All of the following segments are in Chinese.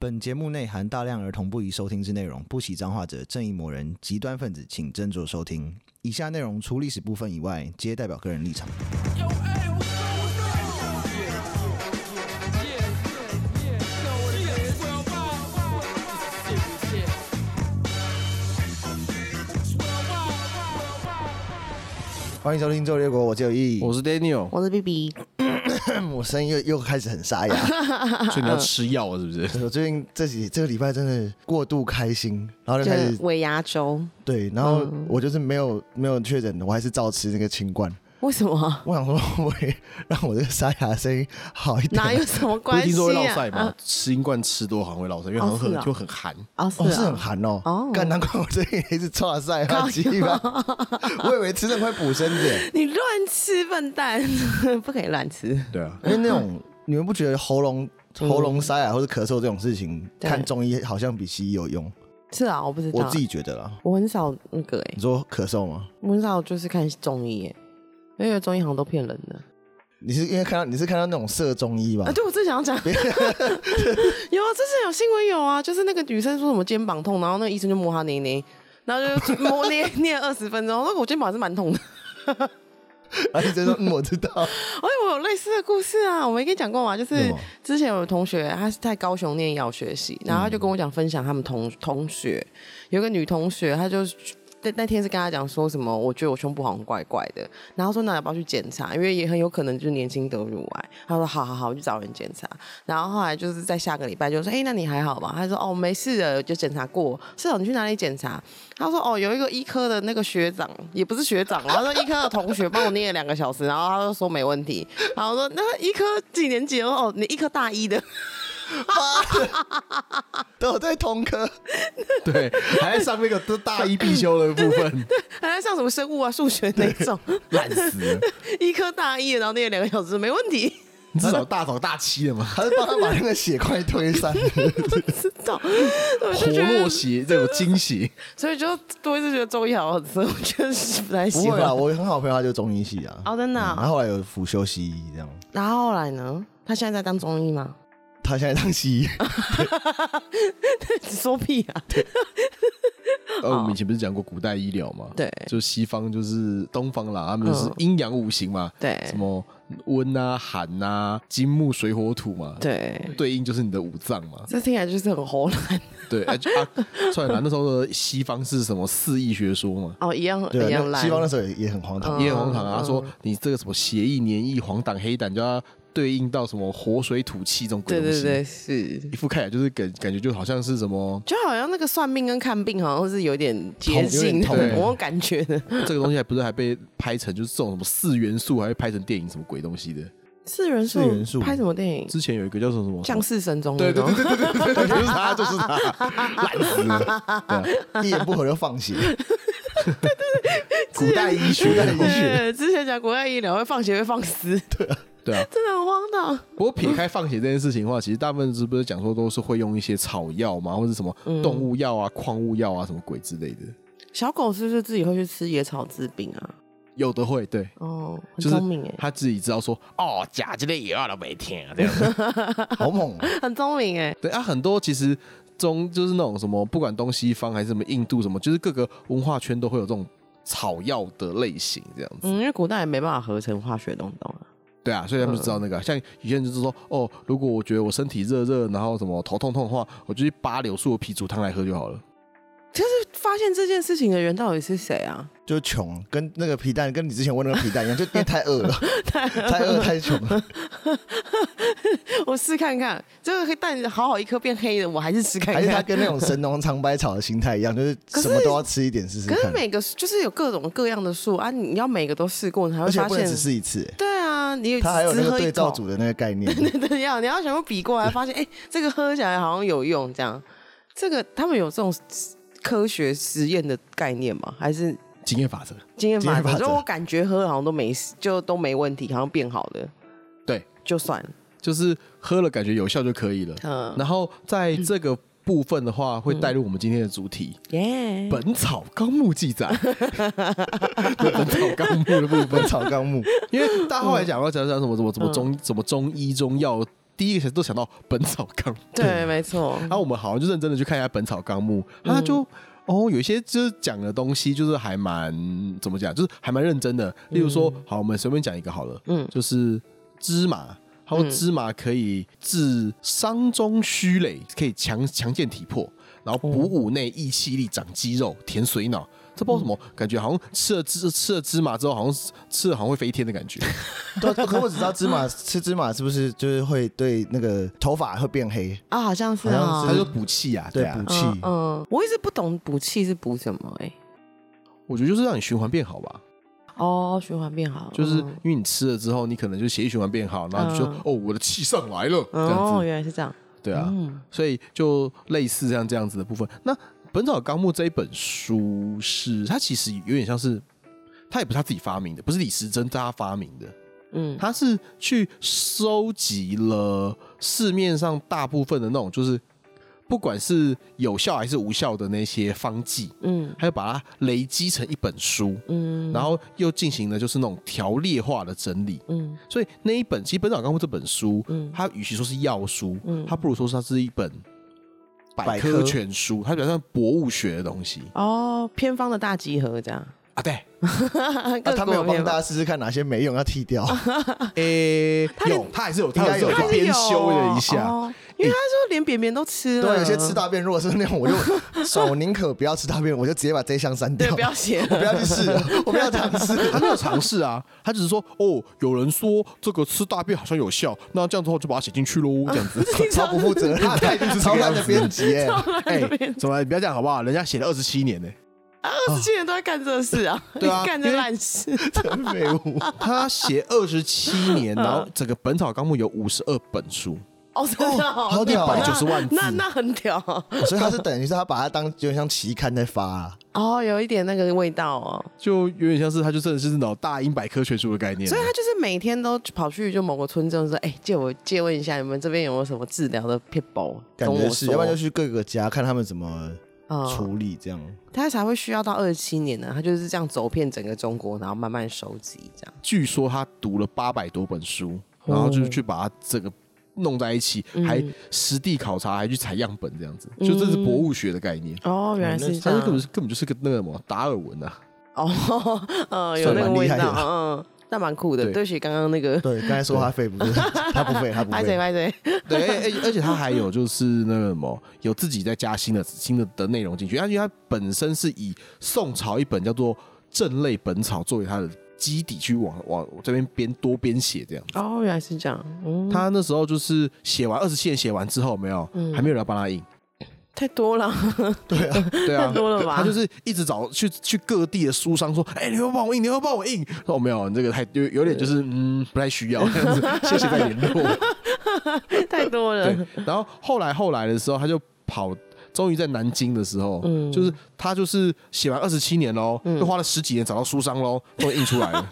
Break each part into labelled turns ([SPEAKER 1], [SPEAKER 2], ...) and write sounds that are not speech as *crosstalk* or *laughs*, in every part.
[SPEAKER 1] 本节目内含大量儿童不宜收听之内容，不喜脏话者、正义魔人、极端分子，请斟酌收听。以下内容除历史部分以外，皆代表个人立场。欢迎收听《周列国》，我只有意义，
[SPEAKER 2] 我是
[SPEAKER 3] *laughs*
[SPEAKER 2] Daniel，
[SPEAKER 3] 我是 B B，
[SPEAKER 1] 我声音又又开始很沙哑。
[SPEAKER 2] 所以
[SPEAKER 3] 嗯
[SPEAKER 2] 你要吃药了是不
[SPEAKER 3] *laughs*
[SPEAKER 2] 是？
[SPEAKER 1] 我最近这几这个礼拜真的过度开心，然后就
[SPEAKER 3] 就
[SPEAKER 1] 开始
[SPEAKER 3] 尾牙粥，
[SPEAKER 1] 对，然后
[SPEAKER 3] 嗯
[SPEAKER 1] 我就是没有没有确诊，我还是照吃那个清冠。
[SPEAKER 3] 为
[SPEAKER 1] *laughs*
[SPEAKER 3] 什么？
[SPEAKER 1] 我想说，我也让我这个沙哑的声音好一点。
[SPEAKER 3] 哪有什么
[SPEAKER 2] 不是
[SPEAKER 3] 关
[SPEAKER 2] 听
[SPEAKER 3] 系
[SPEAKER 2] 说会落
[SPEAKER 3] 啊？
[SPEAKER 2] 塞吗？吃英冠吃多好像会落塞，因为好像
[SPEAKER 3] 哦是
[SPEAKER 2] 很
[SPEAKER 3] 啊
[SPEAKER 2] 就很寒。
[SPEAKER 3] 啊，是
[SPEAKER 1] 哦，是很
[SPEAKER 3] 啊，
[SPEAKER 1] 寒哦。
[SPEAKER 3] 哦
[SPEAKER 1] 干难怪我最近一直抓塞啊，鸡巴！
[SPEAKER 3] *laughs*
[SPEAKER 1] 我以为吃的会补身子，
[SPEAKER 3] 你乱吃，笨蛋， *laughs* 不可以乱吃。
[SPEAKER 2] 对啊， *laughs*
[SPEAKER 1] 因为那种你们不觉得喉咙喉咙塞啊，或者咳嗽这种事情，
[SPEAKER 3] 嗯对
[SPEAKER 1] 看中医好像比西医有用，
[SPEAKER 3] 是啊，我不知道，
[SPEAKER 1] 我自己觉得啦。
[SPEAKER 3] 我很少那个哎
[SPEAKER 1] 你，说咳嗽吗？
[SPEAKER 3] 我很少就是看中医哎，因为有中医好像都骗人的
[SPEAKER 1] 你是因为看到你是看到那种色中医吧
[SPEAKER 3] 啊。？对，我正想要
[SPEAKER 1] *laughs*
[SPEAKER 3] 讲，有啊，之前有新闻有啊，就是那个女生说什么肩膀痛，然后那个医生就摸她捏捏，然后就摸捏捏二十分钟，那个我肩膀还是蛮痛的。
[SPEAKER 1] 然后医生说，嗯，我知道。
[SPEAKER 3] 哎，我有类似的故事啊，我没跟你讲过嘛，就
[SPEAKER 1] 什
[SPEAKER 3] 是
[SPEAKER 1] 么
[SPEAKER 3] 之前有同学，他是在高雄念药学系，然后他就跟我讲分享他们同同学，有个女同学，她就那那天是跟他讲说什么，我觉得我胸部好像怪怪的，然后说那要不要去检查，因为也很有可能就是年轻得乳癌。他说好好好，我去找人检查。然后后来就是在下个礼拜就说，哎、那你还好吗？他说哦没事的，就检查过。是哦，你去哪里检查？他说哦有一个医科的那个学长，也不是学长啊，他说医科的同学帮我捏了两个小时，然后他就说没问题。然后我说那医科几年级？我说哦你医科大一的。 *laughs*
[SPEAKER 1] 都有对同科，
[SPEAKER 2] 对，还在上面一个大一必修的部分，
[SPEAKER 3] 还在上什么生物啊、数学那种， *laughs*
[SPEAKER 2] 烂死了。
[SPEAKER 3] 医科大一，然后念两个小时没问题， *laughs*
[SPEAKER 2] 你至少大早大七了嘛，
[SPEAKER 1] 还是帮他把那个血块推散。
[SPEAKER 3] 知道？ *laughs* *laughs* 我
[SPEAKER 2] 活
[SPEAKER 3] 就觉
[SPEAKER 2] 络
[SPEAKER 3] 得，
[SPEAKER 2] 血这种惊
[SPEAKER 3] *laughs*
[SPEAKER 2] 喜，
[SPEAKER 3] 所以就多一次觉得中医好好吃，我觉得是不太
[SPEAKER 1] 不
[SPEAKER 3] *laughs* 喜
[SPEAKER 1] 会
[SPEAKER 3] 欢。
[SPEAKER 1] 啊，我有很好朋友他就中医系啊。
[SPEAKER 3] 哦，真的
[SPEAKER 1] 嗯
[SPEAKER 3] 啊、
[SPEAKER 1] 然后后来有辅修西医这样，
[SPEAKER 3] 然后后来呢？他现在在当中医吗？
[SPEAKER 1] 他现在当西
[SPEAKER 3] *laughs*
[SPEAKER 1] 医，
[SPEAKER 3] 你说屁啊！
[SPEAKER 2] 呃，我们以前不是讲过古代医疗嘛？
[SPEAKER 3] 哦对
[SPEAKER 2] 就西方就是东方啦，他们就是
[SPEAKER 3] 嗯
[SPEAKER 2] 阴阳五行嘛，
[SPEAKER 3] 对
[SPEAKER 2] 什么温啊、寒啊、金木水火土嘛，，
[SPEAKER 3] 对，
[SPEAKER 2] 对应就是你的五脏嘛。
[SPEAKER 3] 这听起来就是很胡乱
[SPEAKER 2] 对，哎、就啊， *laughs* 算了，那时候的西方是什么四意学说嘛？
[SPEAKER 3] 哦，一样
[SPEAKER 1] 对
[SPEAKER 3] 一
[SPEAKER 1] 啊，
[SPEAKER 3] 样
[SPEAKER 1] 那
[SPEAKER 3] 烂。
[SPEAKER 1] 西方那时候也也很荒
[SPEAKER 3] 嗯
[SPEAKER 1] 唐，
[SPEAKER 2] 也很荒唐啊！他说你这个什么血意、黏意、黄疸、黑疸，就要对应到什么火、水、土、气这种鬼
[SPEAKER 3] 对
[SPEAKER 2] 东
[SPEAKER 3] 对
[SPEAKER 2] 西。
[SPEAKER 3] 对，是，
[SPEAKER 2] 一副看起来就是感感觉就好像是什么
[SPEAKER 3] 就好像那个算命跟看病好像是有点接
[SPEAKER 1] 同有点
[SPEAKER 3] 近的，
[SPEAKER 1] 同
[SPEAKER 2] 对
[SPEAKER 3] 我有感觉的。
[SPEAKER 2] 这个东西还不是还被拍成就是这种什么四元素，还会拍成电影什么鬼东西的。
[SPEAKER 3] 四元素
[SPEAKER 1] 四元素
[SPEAKER 3] 拍什么电影？
[SPEAKER 2] 之前有一个叫什么什么
[SPEAKER 3] 降世神宗
[SPEAKER 2] 对
[SPEAKER 3] 那
[SPEAKER 2] 对
[SPEAKER 3] 种。
[SPEAKER 2] 对对对对对，就是他就是他，烂死了。
[SPEAKER 1] 啊一言不合就放血，
[SPEAKER 2] 古代医学，古代医学，
[SPEAKER 3] 对，之前讲国外医疗会放血会放尸，
[SPEAKER 2] 对啊。
[SPEAKER 3] 真的很荒唐。
[SPEAKER 2] 不过撇开放血这件事情的话，其实大部分是不是讲说都是会用一些草药嘛，或者什么动物药啊、矿物药啊什么鬼之类的，
[SPEAKER 3] 小狗是不是自己会去吃野草治病啊？
[SPEAKER 2] 有的会对。
[SPEAKER 3] 哦，
[SPEAKER 2] 就
[SPEAKER 3] 很
[SPEAKER 2] 是
[SPEAKER 3] 聪明哎，
[SPEAKER 2] 他自己知道说，哦，假这类也要都没听啊这样。
[SPEAKER 1] 好猛哦！
[SPEAKER 3] 很聪明哎，
[SPEAKER 2] *laughs* 对啊，很多其实中就是那种什么，不管东西方还是什么印度什么，就是各个文化圈都会有这种草药的类型这样子。
[SPEAKER 3] 嗯，因为古代也没办法合成化学东东啊。
[SPEAKER 2] 对啊，所以他们就知道那个
[SPEAKER 3] 嗯
[SPEAKER 2] 啊、像有些人就是说，哦，如果我觉得我身体热热，然后什么头痛痛的话，我就去扒柳树的皮煮汤来喝就好了。
[SPEAKER 3] 发现这件事情的人到底是谁啊？
[SPEAKER 1] 就穷，跟那个皮蛋，跟你之前问那个皮蛋一样，就因为太饿了，
[SPEAKER 3] *laughs*
[SPEAKER 1] 太饿太穷
[SPEAKER 3] 啊
[SPEAKER 1] 了，
[SPEAKER 3] *laughs* 我试看看，这个蛋好好一颗变黑的，我还是吃看
[SPEAKER 1] 还是他
[SPEAKER 3] 看。
[SPEAKER 1] 跟那种神农尝百草的心态一样，就是
[SPEAKER 3] 可
[SPEAKER 1] 什
[SPEAKER 3] 是
[SPEAKER 1] 么都要吃一点试试
[SPEAKER 3] 可是
[SPEAKER 1] 看，
[SPEAKER 3] 每个就是有各种各样的树啊，你要每个都试过，你才
[SPEAKER 1] 而
[SPEAKER 3] 会
[SPEAKER 1] 且
[SPEAKER 3] 发
[SPEAKER 1] 不能只
[SPEAKER 3] 现。
[SPEAKER 1] 试一次，
[SPEAKER 3] 对啊，你有
[SPEAKER 1] 他还有
[SPEAKER 3] 只
[SPEAKER 1] 那个
[SPEAKER 3] 喝一
[SPEAKER 1] 对照
[SPEAKER 3] 口。
[SPEAKER 1] 组的那个概念，
[SPEAKER 3] *laughs*
[SPEAKER 1] *laughs*
[SPEAKER 3] 对呀，你要全部比过来，发现哎、这个喝起来好像有用，这样。这个他们有这种科学实验的概念吗？还是
[SPEAKER 2] 经验法则，
[SPEAKER 3] 经验法
[SPEAKER 1] 经验
[SPEAKER 3] 则？
[SPEAKER 1] 法则
[SPEAKER 3] 就我感觉喝好像都没事，就都没问题，好像变好了，
[SPEAKER 2] 对，
[SPEAKER 3] 就算了。
[SPEAKER 2] 就是喝了感觉有效就可以了。
[SPEAKER 3] 嗯，
[SPEAKER 2] 然后在这个部分的话，会带入我们今天的主题。
[SPEAKER 3] 耶、
[SPEAKER 2] 《本草纲目》记载， *laughs* 对《本草纲目》的部分，
[SPEAKER 1] 本草纲目，
[SPEAKER 2] 因为大家后来讲到讲讲什么什么什么中什么中医中药第一个想都想到《本草纲目》，
[SPEAKER 3] 对，没错，
[SPEAKER 2] 然后我们好像就认真的去看一下《本草纲目》，他
[SPEAKER 3] 嗯
[SPEAKER 2] 就、哦，有一些就是讲的东西，就是还蛮怎么讲，就是还蛮认真的。例如说，好，我们随便讲一个好了，
[SPEAKER 3] 嗯
[SPEAKER 2] 就是芝麻。他说
[SPEAKER 3] 嗯
[SPEAKER 2] 芝麻可以治伤中虚累，可以强强健体魄，然
[SPEAKER 3] 哦
[SPEAKER 2] 后补五内益气力，长肌肉，填髓脑。这不知道什么
[SPEAKER 3] 嗯
[SPEAKER 2] 感觉，好像吃了芝吃了芝麻之后，好像是吃了好像会飞天的感觉。
[SPEAKER 1] 对，啊可我只知道芝麻吃芝麻是不是就是会对那个头发会变黑，
[SPEAKER 3] 啊，好像 *laughs* 是
[SPEAKER 1] 好
[SPEAKER 3] 啊，
[SPEAKER 1] 像
[SPEAKER 2] 他就补气啊，
[SPEAKER 1] 对
[SPEAKER 2] 啊，
[SPEAKER 1] 补气。
[SPEAKER 3] 嗯嗯，我一直不懂补气是补什么哎、
[SPEAKER 2] 我觉得就是让你循环变好吧，
[SPEAKER 3] 哦，循环变好，
[SPEAKER 2] 就是
[SPEAKER 3] 嗯
[SPEAKER 2] 因为你吃了之后，你可能就血液循环变好，然后你就
[SPEAKER 3] 嗯
[SPEAKER 2] 哦，我的气上来了，这样
[SPEAKER 3] 哦，
[SPEAKER 2] 子，
[SPEAKER 3] 原来是这样，
[SPEAKER 2] 对啊，
[SPEAKER 3] 嗯
[SPEAKER 2] 所以就类似像这样子的部分。那《本草纲目》这一本书是它其实有点像是，它也不是他自己发明的，不是李时珍他发明的，
[SPEAKER 3] 嗯
[SPEAKER 2] 他是去收集了市面上大部分的那种就是。不管是有效还是无效的那些方剂，
[SPEAKER 3] 嗯
[SPEAKER 2] 还有把它累积成一本书，
[SPEAKER 3] 嗯
[SPEAKER 2] 然后又进行了就是那种条列化的整理，
[SPEAKER 3] 嗯
[SPEAKER 2] 所以那一本其实《本草纲目》这本书，
[SPEAKER 3] 嗯
[SPEAKER 2] 它与其说是药书，
[SPEAKER 3] 嗯
[SPEAKER 2] 它不如说是它是一本百
[SPEAKER 1] 百
[SPEAKER 2] 科
[SPEAKER 1] 科
[SPEAKER 2] 全书，它比较像博物学的东西
[SPEAKER 3] 哦，偏方的大集合这样， *laughs*
[SPEAKER 2] 啊。对，
[SPEAKER 1] 啊、他没有
[SPEAKER 3] 各国
[SPEAKER 1] 帮
[SPEAKER 3] 偏
[SPEAKER 1] 大
[SPEAKER 3] 方
[SPEAKER 1] 家试试看哪些没用要剃 *laughs* 掉，
[SPEAKER 2] 诶、有，它还是有，它还是有
[SPEAKER 1] 应该有
[SPEAKER 2] 编修了一下。
[SPEAKER 3] 哦因为他说连扁扁都吃了，
[SPEAKER 1] 对，有些吃大便如果是那种，我 *laughs* 就算了我宁可不要吃大便，我就直接把这一项删
[SPEAKER 3] 对
[SPEAKER 1] 掉，*laughs*
[SPEAKER 3] 不要
[SPEAKER 1] *laughs*
[SPEAKER 3] 写
[SPEAKER 1] 我不要去试
[SPEAKER 2] *laughs*
[SPEAKER 1] 了，我不要尝试。 *laughs*
[SPEAKER 2] 他没有尝试啊，他只是说哦，有人说这个吃大便好像有效，那这样之后就把它写进去喽，这样子。
[SPEAKER 1] 超不负责任，他态度是超烂的编辑耶！
[SPEAKER 2] *laughs*
[SPEAKER 3] *laughs*
[SPEAKER 2] 哎、怎么了你不要这样好不好？人家写了二十七年呢、
[SPEAKER 3] 二十七年都在干这事啊，
[SPEAKER 2] 对啊
[SPEAKER 3] 干
[SPEAKER 2] 因
[SPEAKER 3] 这
[SPEAKER 2] 为
[SPEAKER 3] 烂事，
[SPEAKER 1] *laughs* 真废 *laughs* 物，
[SPEAKER 2] 他写二十七年，然后整个《本草纲目》有五十二本书，
[SPEAKER 3] 哦，真的哦，
[SPEAKER 1] 好屌
[SPEAKER 3] 那
[SPEAKER 2] 190万字
[SPEAKER 3] 那那很屌哦
[SPEAKER 1] 所以他是等于是他把它当有点像期刊在发、啊，
[SPEAKER 3] 哦，有一点那个味道哦，
[SPEAKER 2] 就有点像是他就真的是那种大英百科全书的概念
[SPEAKER 3] 所以。他就是每天都跑去就某个村镇说，哎、借我借问一下，你们这边有没有什么治疗的 people？
[SPEAKER 1] 感
[SPEAKER 3] 跟
[SPEAKER 1] 觉
[SPEAKER 3] 我
[SPEAKER 1] 是，
[SPEAKER 3] 说
[SPEAKER 1] 要不然就去各个家看他们怎么
[SPEAKER 3] 嗯，
[SPEAKER 1] 处理这样。
[SPEAKER 3] 他才会需要到二十七年呢。他就是这样走遍整个中国，然后慢慢收集这样。
[SPEAKER 2] 据说他读了八百多本书，然后就是去把它整个弄在一起，还实地考察，还去采样本，这样子，就这是博物学的概念。
[SPEAKER 3] 哦，原来
[SPEAKER 1] 嗯
[SPEAKER 3] 是这
[SPEAKER 2] 他这
[SPEAKER 3] 样
[SPEAKER 2] 根。嗯本是根本就是个那个什么达尔文啊，
[SPEAKER 3] 哦， *laughs* 嗯，有
[SPEAKER 1] 算
[SPEAKER 3] 那个
[SPEAKER 1] 蛮厉
[SPEAKER 3] 味
[SPEAKER 1] 害的
[SPEAKER 3] 道，嗯，那蛮酷的。
[SPEAKER 2] 对
[SPEAKER 3] 对不起，刚刚那个，
[SPEAKER 1] 对，刚才说他废不 *laughs* 是，他不废，他不
[SPEAKER 3] 拍谁
[SPEAKER 1] 废。
[SPEAKER 3] 拍谁，
[SPEAKER 2] 对，而而且他还有就是那个什么，有自己在加新的新的的内容进去，因为他本身是以宋朝一本叫做《正类本草》作为他的基底去往往这边边多边写这样。
[SPEAKER 3] 哦，原来是这样。嗯，
[SPEAKER 2] 他那时候就是写完二十七年写完之后，有没有，还没有人要帮他印，
[SPEAKER 3] 太多了，
[SPEAKER 2] 对啊
[SPEAKER 3] 太，多了吧？
[SPEAKER 2] 他就是一直找去去各地的书商说，哎、你要不要帮我印，你要不要帮我印，说哦没有，你这个太有有点就是嗯不太需要这样子，谢谢再联络。
[SPEAKER 3] *laughs* 太多了 *laughs*
[SPEAKER 2] 对。，然后后来后来的时候，他就跑。终于在南京的时候，
[SPEAKER 3] 嗯
[SPEAKER 2] 就是他就是写完二十七年喽，又花了十几年找到书商喽，终于印出来
[SPEAKER 3] *laughs*
[SPEAKER 2] 了。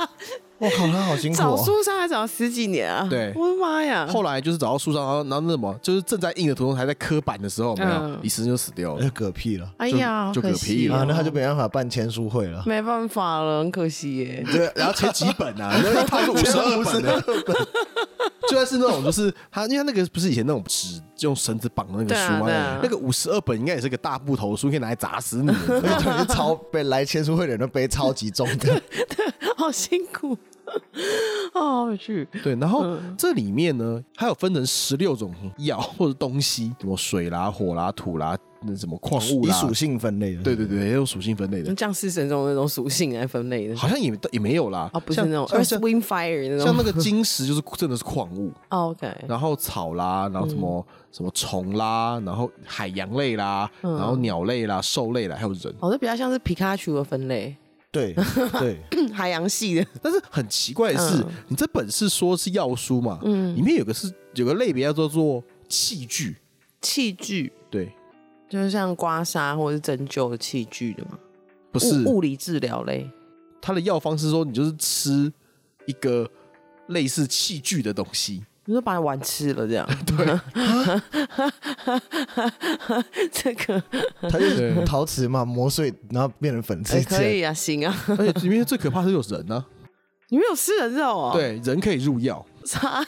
[SPEAKER 1] 我靠，他好辛苦、
[SPEAKER 3] 找
[SPEAKER 1] 哦。
[SPEAKER 3] 书上还找十几年啊！
[SPEAKER 2] 对
[SPEAKER 3] 我的妈呀！
[SPEAKER 2] 后来就是找到书商，然后然后那什么，就是正在印的途中，还在刻版的时候，有没有
[SPEAKER 3] 嗯
[SPEAKER 2] 李时珍就死掉
[SPEAKER 1] 那
[SPEAKER 2] 了
[SPEAKER 1] 就。嗝屁了
[SPEAKER 3] 哎呀，
[SPEAKER 2] 就
[SPEAKER 3] 好可
[SPEAKER 2] 嗝屁
[SPEAKER 3] 惜
[SPEAKER 2] 了
[SPEAKER 1] 啊
[SPEAKER 3] 哦！
[SPEAKER 1] 那他就没办法办签书会了。
[SPEAKER 3] 没办法了，很可惜耶。
[SPEAKER 2] *laughs* 对，然后切几本 *laughs* 啊，那一套是五十二本 *laughs* 的，就算是那种就是他，因为他那个不是以前那种纸用绳子绑的那个
[SPEAKER 3] 对啊
[SPEAKER 2] 书吗？
[SPEAKER 3] 对啊
[SPEAKER 2] 那个五十二本应该也是个大部头书，可以拿来砸死你的。
[SPEAKER 1] 而且他们超被来签书会的人都背超级重 *laughs* 的，
[SPEAKER 3] *laughs* 好辛苦，哦，好有趣。
[SPEAKER 2] 对，然后
[SPEAKER 3] 嗯
[SPEAKER 2] 这里面呢，还有分成十六种药或者东西，什么水啦、火啦、土啦，那什么矿物
[SPEAKER 1] 以
[SPEAKER 2] 啦
[SPEAKER 1] 属，性分类的。
[SPEAKER 2] 对对对，也有属性分类的，
[SPEAKER 3] 像四神中那种属性来分类的，
[SPEAKER 2] 好像也也没有啦，
[SPEAKER 3] 嗯哦，不是
[SPEAKER 2] 像
[SPEAKER 3] 那种
[SPEAKER 2] 像
[SPEAKER 3] Earth
[SPEAKER 2] 像
[SPEAKER 3] Wind Fire 那
[SPEAKER 2] 像
[SPEAKER 3] 种。
[SPEAKER 2] 那个晶石就是真的是矿
[SPEAKER 3] *laughs*
[SPEAKER 2] 物，
[SPEAKER 3] 哦 OK，
[SPEAKER 2] 然后草啦，然后什么、
[SPEAKER 3] 嗯
[SPEAKER 2] 什么虫啦，然后海洋类啦，
[SPEAKER 3] 嗯
[SPEAKER 2] 然后鸟类啦、兽类啦，还有人。
[SPEAKER 3] 哦，这比较像是皮卡丘的分类，
[SPEAKER 1] 对对，
[SPEAKER 3] 嗯海洋系的。 *laughs*
[SPEAKER 2] 但是很奇怪的是，
[SPEAKER 3] 嗯
[SPEAKER 2] 你这本是说是药书嘛，里面有个是有个类别叫做做器具，
[SPEAKER 3] 器具，
[SPEAKER 2] 对，
[SPEAKER 3] 就是像刮痧或者是针灸的器具的嘛，
[SPEAKER 2] 不
[SPEAKER 3] 不
[SPEAKER 2] 是
[SPEAKER 3] 物理治疗类。
[SPEAKER 2] 它的药方是说你就是吃一个类似器具的东西，
[SPEAKER 3] 你说把碗吃了这样？对， *laughs* 这个
[SPEAKER 1] *laughs* 他就是陶瓷嘛，磨碎然后变成粉
[SPEAKER 3] 哎
[SPEAKER 1] 刺。
[SPEAKER 3] 可以啊，行啊。
[SPEAKER 2] *laughs* 而
[SPEAKER 3] *laughs*
[SPEAKER 2] 且里面最可怕的是有人呢、啊
[SPEAKER 3] *laughs* 你们有吃人肉哦？，
[SPEAKER 2] 对，人可以入药，
[SPEAKER 3] 啥耶？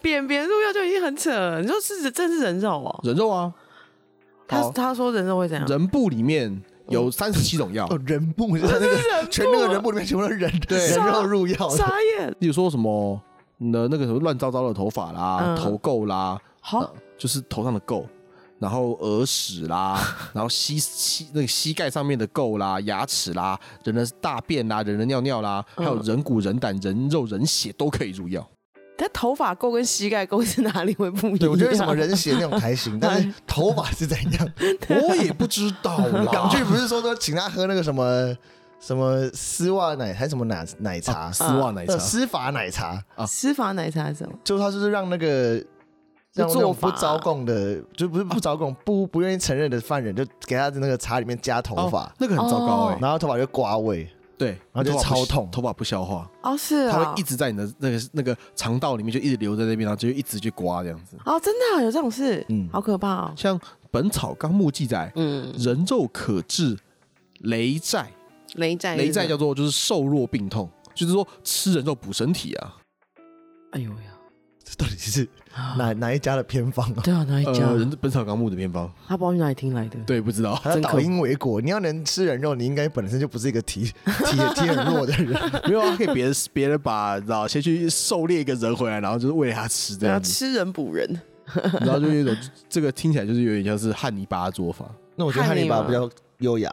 [SPEAKER 3] 扁扁入药就已经很扯了，你说是真是人肉哦？
[SPEAKER 2] 人肉啊，
[SPEAKER 3] 他
[SPEAKER 2] 好
[SPEAKER 3] 他说人肉会怎样？
[SPEAKER 2] 人部里面有三十七种药，
[SPEAKER 1] 哦，人啊部就是 *laughs* 那个全那个人部里面全部都是人，
[SPEAKER 2] 对
[SPEAKER 1] 人肉入药 *laughs* 的。
[SPEAKER 3] 傻眼，
[SPEAKER 2] 例如说什么你的那个什么乱糟糟的头发啦、
[SPEAKER 3] 嗯
[SPEAKER 2] 头垢啦，
[SPEAKER 3] 好
[SPEAKER 2] 呃就是头上的垢，然后耳屎啦， *laughs* 然后膝膝那个膝盖上面的垢啦、牙齿啦、人的大便啦、人的尿尿啦，还有
[SPEAKER 3] 嗯
[SPEAKER 2] 人骨、人胆、人肉、人血都可以入药。
[SPEAKER 3] 他头发垢跟膝盖垢是哪里会不一样？
[SPEAKER 1] 对，我觉得什么人血那种还 *laughs* 行，但是头发是怎 *laughs* 样？
[SPEAKER 2] *laughs* 我也不知道 *laughs*
[SPEAKER 1] 港
[SPEAKER 2] 啦，
[SPEAKER 1] 剧不是说说请他喝那个什么什么丝袜奶还是什么奶奶茶？
[SPEAKER 2] 丝袜奶茶
[SPEAKER 1] 呃，司法奶茶，
[SPEAKER 3] 司法奶茶是什么？
[SPEAKER 1] 就是他就是让那个
[SPEAKER 3] 就
[SPEAKER 1] 让那
[SPEAKER 3] 做
[SPEAKER 1] 种
[SPEAKER 3] 法
[SPEAKER 1] 不招供的，就不是不招供，不不愿意承认的犯人，就给他的那个茶里面加头
[SPEAKER 2] 哦
[SPEAKER 1] 发，
[SPEAKER 2] 那个很糟糕哎、
[SPEAKER 3] 哦
[SPEAKER 1] 然后头发就刮味。
[SPEAKER 2] 对，
[SPEAKER 1] 然后就
[SPEAKER 2] 头发不
[SPEAKER 1] 超痛
[SPEAKER 2] 头发不消化，
[SPEAKER 3] 哦，是啊，
[SPEAKER 2] 它会一直在你的那个那个肠道里面就一直留在那边，然后就一直去刮这样子。
[SPEAKER 3] 哦，真的啊、有这种事，
[SPEAKER 1] 嗯
[SPEAKER 3] 好可怕哦，
[SPEAKER 2] 像《本草纲目》记载，
[SPEAKER 3] 嗯，
[SPEAKER 2] 人肉可治雷寨，
[SPEAKER 3] 雷战
[SPEAKER 2] 雷寨叫做就是瘦弱病痛，就是说吃人肉补身体啊。
[SPEAKER 3] 哎呦呀，
[SPEAKER 1] 这到底是哪哪一家的偏方啊？
[SPEAKER 3] 对啊，哪一家？
[SPEAKER 2] 呃，人《本草纲目》的偏方，
[SPEAKER 3] 他不知道去哪里听来的，
[SPEAKER 2] 对，啊不知 *laughs* 道。
[SPEAKER 1] 还要
[SPEAKER 3] 真
[SPEAKER 1] 倒
[SPEAKER 3] 可
[SPEAKER 1] 因为果，你要能吃人肉，你应该本身就不是一个 *laughs* 体体体很弱的人。
[SPEAKER 2] 没有啊，可以别人别人把然后先去狩猎一个人回来，然后就是喂他吃这
[SPEAKER 3] 对
[SPEAKER 2] *laughs*
[SPEAKER 3] 啊，
[SPEAKER 2] 样子，
[SPEAKER 3] 吃人补人，
[SPEAKER 2] 然后就有一种这个听起来就是有点像是汉尼拔的做法。
[SPEAKER 1] *laughs* 那我觉得汉
[SPEAKER 3] 汉
[SPEAKER 1] 尼
[SPEAKER 3] 尼
[SPEAKER 1] 拔
[SPEAKER 3] 拔
[SPEAKER 1] 比较优雅，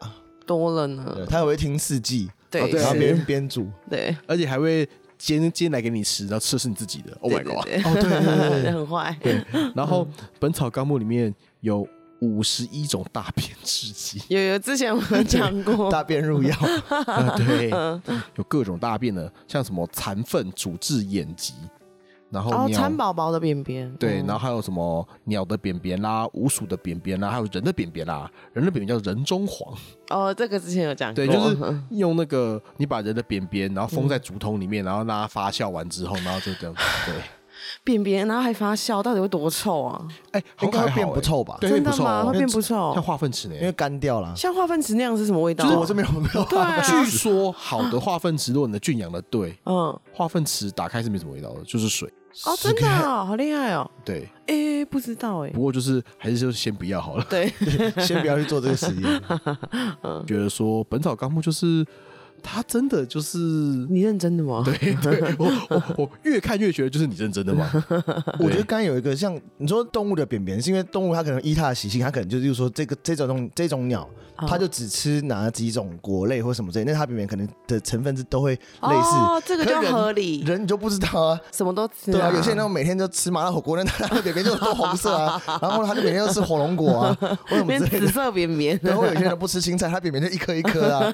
[SPEAKER 3] 多了呢，
[SPEAKER 1] 他还会听四季，
[SPEAKER 3] 对
[SPEAKER 2] 对啊
[SPEAKER 1] 然后别
[SPEAKER 3] 是
[SPEAKER 1] 人编组。
[SPEAKER 3] 对
[SPEAKER 2] 而且还会煎煎来给你吃，然后吃的是你自己的。Oh my
[SPEAKER 3] 对
[SPEAKER 2] god！
[SPEAKER 3] 对
[SPEAKER 1] 哦，对对对对
[SPEAKER 3] 对， *laughs* 很坏，
[SPEAKER 2] 对， *laughs* 然后《本草纲目》里面有五十一种大便制
[SPEAKER 3] *laughs*
[SPEAKER 2] 剂
[SPEAKER 3] 有有之前我们讲过，
[SPEAKER 1] 大便
[SPEAKER 3] *laughs*
[SPEAKER 1] 入药，
[SPEAKER 2] 啊，对，
[SPEAKER 3] 嗯
[SPEAKER 2] 有各种大便的，像什么残粪煮制眼疾，然后
[SPEAKER 3] 哦，
[SPEAKER 2] 鸟、
[SPEAKER 3] 蚕宝宝的便便，
[SPEAKER 2] 对，
[SPEAKER 3] 嗯
[SPEAKER 2] 然后还有什么鸟的便便啦、鼯鼠的便便啦，还有人的便便啦，人的便便叫人中黄，
[SPEAKER 3] 哦，这个之前有讲过，嗯
[SPEAKER 2] 对，就是用那个你把人的便便，然后封在竹筒里面，然后让它发酵完之后，然后就这样子，对。
[SPEAKER 3] 便便，然后还发酵，到底会多臭啊？
[SPEAKER 2] 哎，
[SPEAKER 1] 应该
[SPEAKER 2] 好像还
[SPEAKER 1] 会
[SPEAKER 2] 好
[SPEAKER 1] 变
[SPEAKER 2] 哎
[SPEAKER 1] 不臭吧？
[SPEAKER 2] 对，
[SPEAKER 3] 真
[SPEAKER 2] 变
[SPEAKER 3] 的
[SPEAKER 2] 不臭
[SPEAKER 3] 吗？
[SPEAKER 2] 哦
[SPEAKER 3] 会变不臭
[SPEAKER 2] 像？化粪池呢，
[SPEAKER 3] 哦
[SPEAKER 1] 因为干掉了。
[SPEAKER 3] 像化粪池那样是什么味道啊？
[SPEAKER 1] 就是我是没有没有
[SPEAKER 3] 对啊，
[SPEAKER 2] 据说好的化粪池，如果你的菌养的对，
[SPEAKER 3] 嗯，哦，
[SPEAKER 2] 化粪池打开是没什么味道的，就是水。
[SPEAKER 3] 真的啊，好厉害哦，
[SPEAKER 2] 对，
[SPEAKER 3] 哎，不知道哎
[SPEAKER 2] 不，过就是还是就先不要好了。
[SPEAKER 3] 对，
[SPEAKER 1] *laughs* 先不要去做这个
[SPEAKER 3] *laughs*
[SPEAKER 1] 实验。
[SPEAKER 3] 嗯
[SPEAKER 2] 觉得说《本草纲目》就是它真的就是。
[SPEAKER 3] 你认真的吗？ *laughs*
[SPEAKER 2] 对对，我我我越看越觉得就是你认真的嘛。
[SPEAKER 1] 我觉得刚刚有一个像你说动物的便便，是因为动物它可能依它的习性，它可能就是说这个这种东这种鸟，
[SPEAKER 3] 哦
[SPEAKER 1] 它就只吃哪几种果类或什么之类，那它便便可能的成分是都会类似。
[SPEAKER 3] 哦，这个
[SPEAKER 1] 可是
[SPEAKER 3] 叫
[SPEAKER 1] 人
[SPEAKER 3] 合理，
[SPEAKER 1] 人你就不知道啊，
[SPEAKER 3] 什么都吃、
[SPEAKER 1] 对啊，有些人都每天就吃麻辣火锅，那他的便便就是都红色
[SPEAKER 3] *laughs*
[SPEAKER 1] 啊，然后他就每天就吃火龙果啊，或什么
[SPEAKER 3] 变
[SPEAKER 1] 之类
[SPEAKER 3] 紫
[SPEAKER 1] 的。
[SPEAKER 3] 色便便，
[SPEAKER 1] 然后有些人不吃青菜，他扁扁就一颗一颗
[SPEAKER 3] *laughs*
[SPEAKER 1] 啊。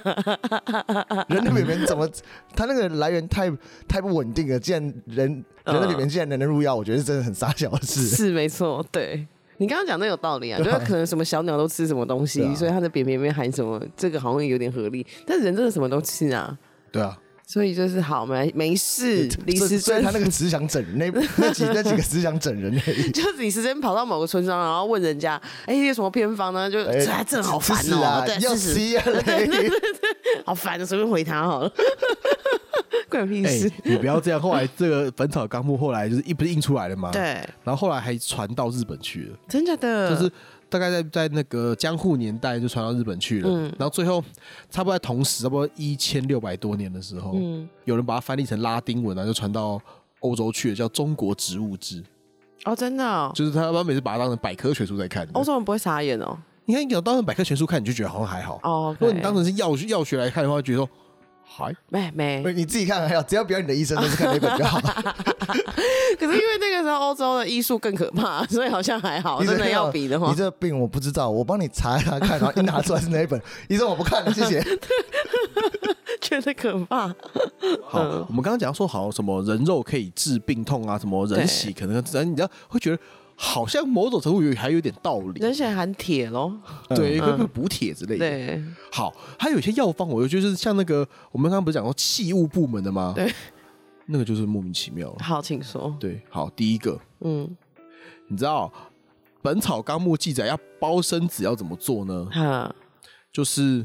[SPEAKER 1] 人的扁扁怎么？他那个来源太太不稳定了。既然人人的扁扁既然人能入药，我觉得是真的很傻小的事。
[SPEAKER 3] 是没错，对。你刚刚讲的有道理啊，就
[SPEAKER 1] 对
[SPEAKER 3] 是可能什么小鸟都吃什么东西，
[SPEAKER 1] 对啊
[SPEAKER 3] 所以它的便便里面含什么，这个好像有点合理。但人真的什么都吃啊，
[SPEAKER 2] 对啊，
[SPEAKER 3] 所以就是好没没事，李
[SPEAKER 1] 所以
[SPEAKER 3] 时
[SPEAKER 1] 所以
[SPEAKER 3] 珍。
[SPEAKER 1] 他那个只想整人，那那几那几个只想整人而已
[SPEAKER 3] *laughs* 就是李时珍跑到某个村庄，然后问人家，哎、有什么偏方呢？就
[SPEAKER 1] 哎
[SPEAKER 3] 这还真好烦
[SPEAKER 1] 吃屎
[SPEAKER 3] 哦、
[SPEAKER 1] 啊
[SPEAKER 3] *laughs* 对，
[SPEAKER 1] 要
[SPEAKER 3] 吃屎
[SPEAKER 1] 死啊嘞！
[SPEAKER 3] 好烦哦，随便回他好了， *laughs* 关我屁
[SPEAKER 2] 哎
[SPEAKER 3] 事。，
[SPEAKER 2] 你不要这样。后来这个《本草纲目》后来就是一不是印出来了吗？。
[SPEAKER 3] 对，
[SPEAKER 2] 然后后来还传到日本去了。
[SPEAKER 3] 真假的，
[SPEAKER 2] 就是大概在在那个江户年代就传到日本去了，
[SPEAKER 3] 嗯
[SPEAKER 2] 然后最后差不多在同时，差不多一千六百多年的时候，
[SPEAKER 3] 嗯
[SPEAKER 2] 有人把它翻译成拉丁文啊，就传到欧洲去了，叫中国植物志，
[SPEAKER 3] 哦，真的、哦，
[SPEAKER 2] 就是他们每次把它当成百科全书在看的。
[SPEAKER 3] 欧洲人不会傻眼哦。
[SPEAKER 2] 你看，你当成百科全书看，你就觉得好像还好；
[SPEAKER 3] 哦，OK，
[SPEAKER 2] 如果你当成是药学药学来看的话，就觉得说还
[SPEAKER 3] 没没
[SPEAKER 1] 不是你自己看还好，只要不要你的医生，都是看那本就好了。
[SPEAKER 3] 可是因为那个时候欧洲的医术更可怕， *laughs* 所以好像还好。
[SPEAKER 1] 医生
[SPEAKER 3] 哦真的要比的话
[SPEAKER 1] 你，这个病我不知道，我帮你查一查看，然后一拿出来是哪一本。医生我不看了，谢
[SPEAKER 3] *laughs*
[SPEAKER 1] 谢。
[SPEAKER 3] *laughs* 觉得可怕。
[SPEAKER 2] 好。我们刚刚讲说，好什么人肉可以治病痛啊，什么人血可能，然后你知道会觉得好像某种程度有还有点道理，
[SPEAKER 3] 人血含铁咯，
[SPEAKER 2] 对，会不会补铁之类的？
[SPEAKER 3] 对，
[SPEAKER 2] 好，还有一些药方，我就是像那个我们刚刚不是讲过器物部门的吗？
[SPEAKER 3] 对，
[SPEAKER 2] 那个就是莫名其妙了。
[SPEAKER 3] 好，请说。
[SPEAKER 2] 对，好，第一个，
[SPEAKER 3] 嗯，
[SPEAKER 2] 你知道《本草纲目》记载要包身子要怎么做呢？
[SPEAKER 3] 哈，
[SPEAKER 2] 就是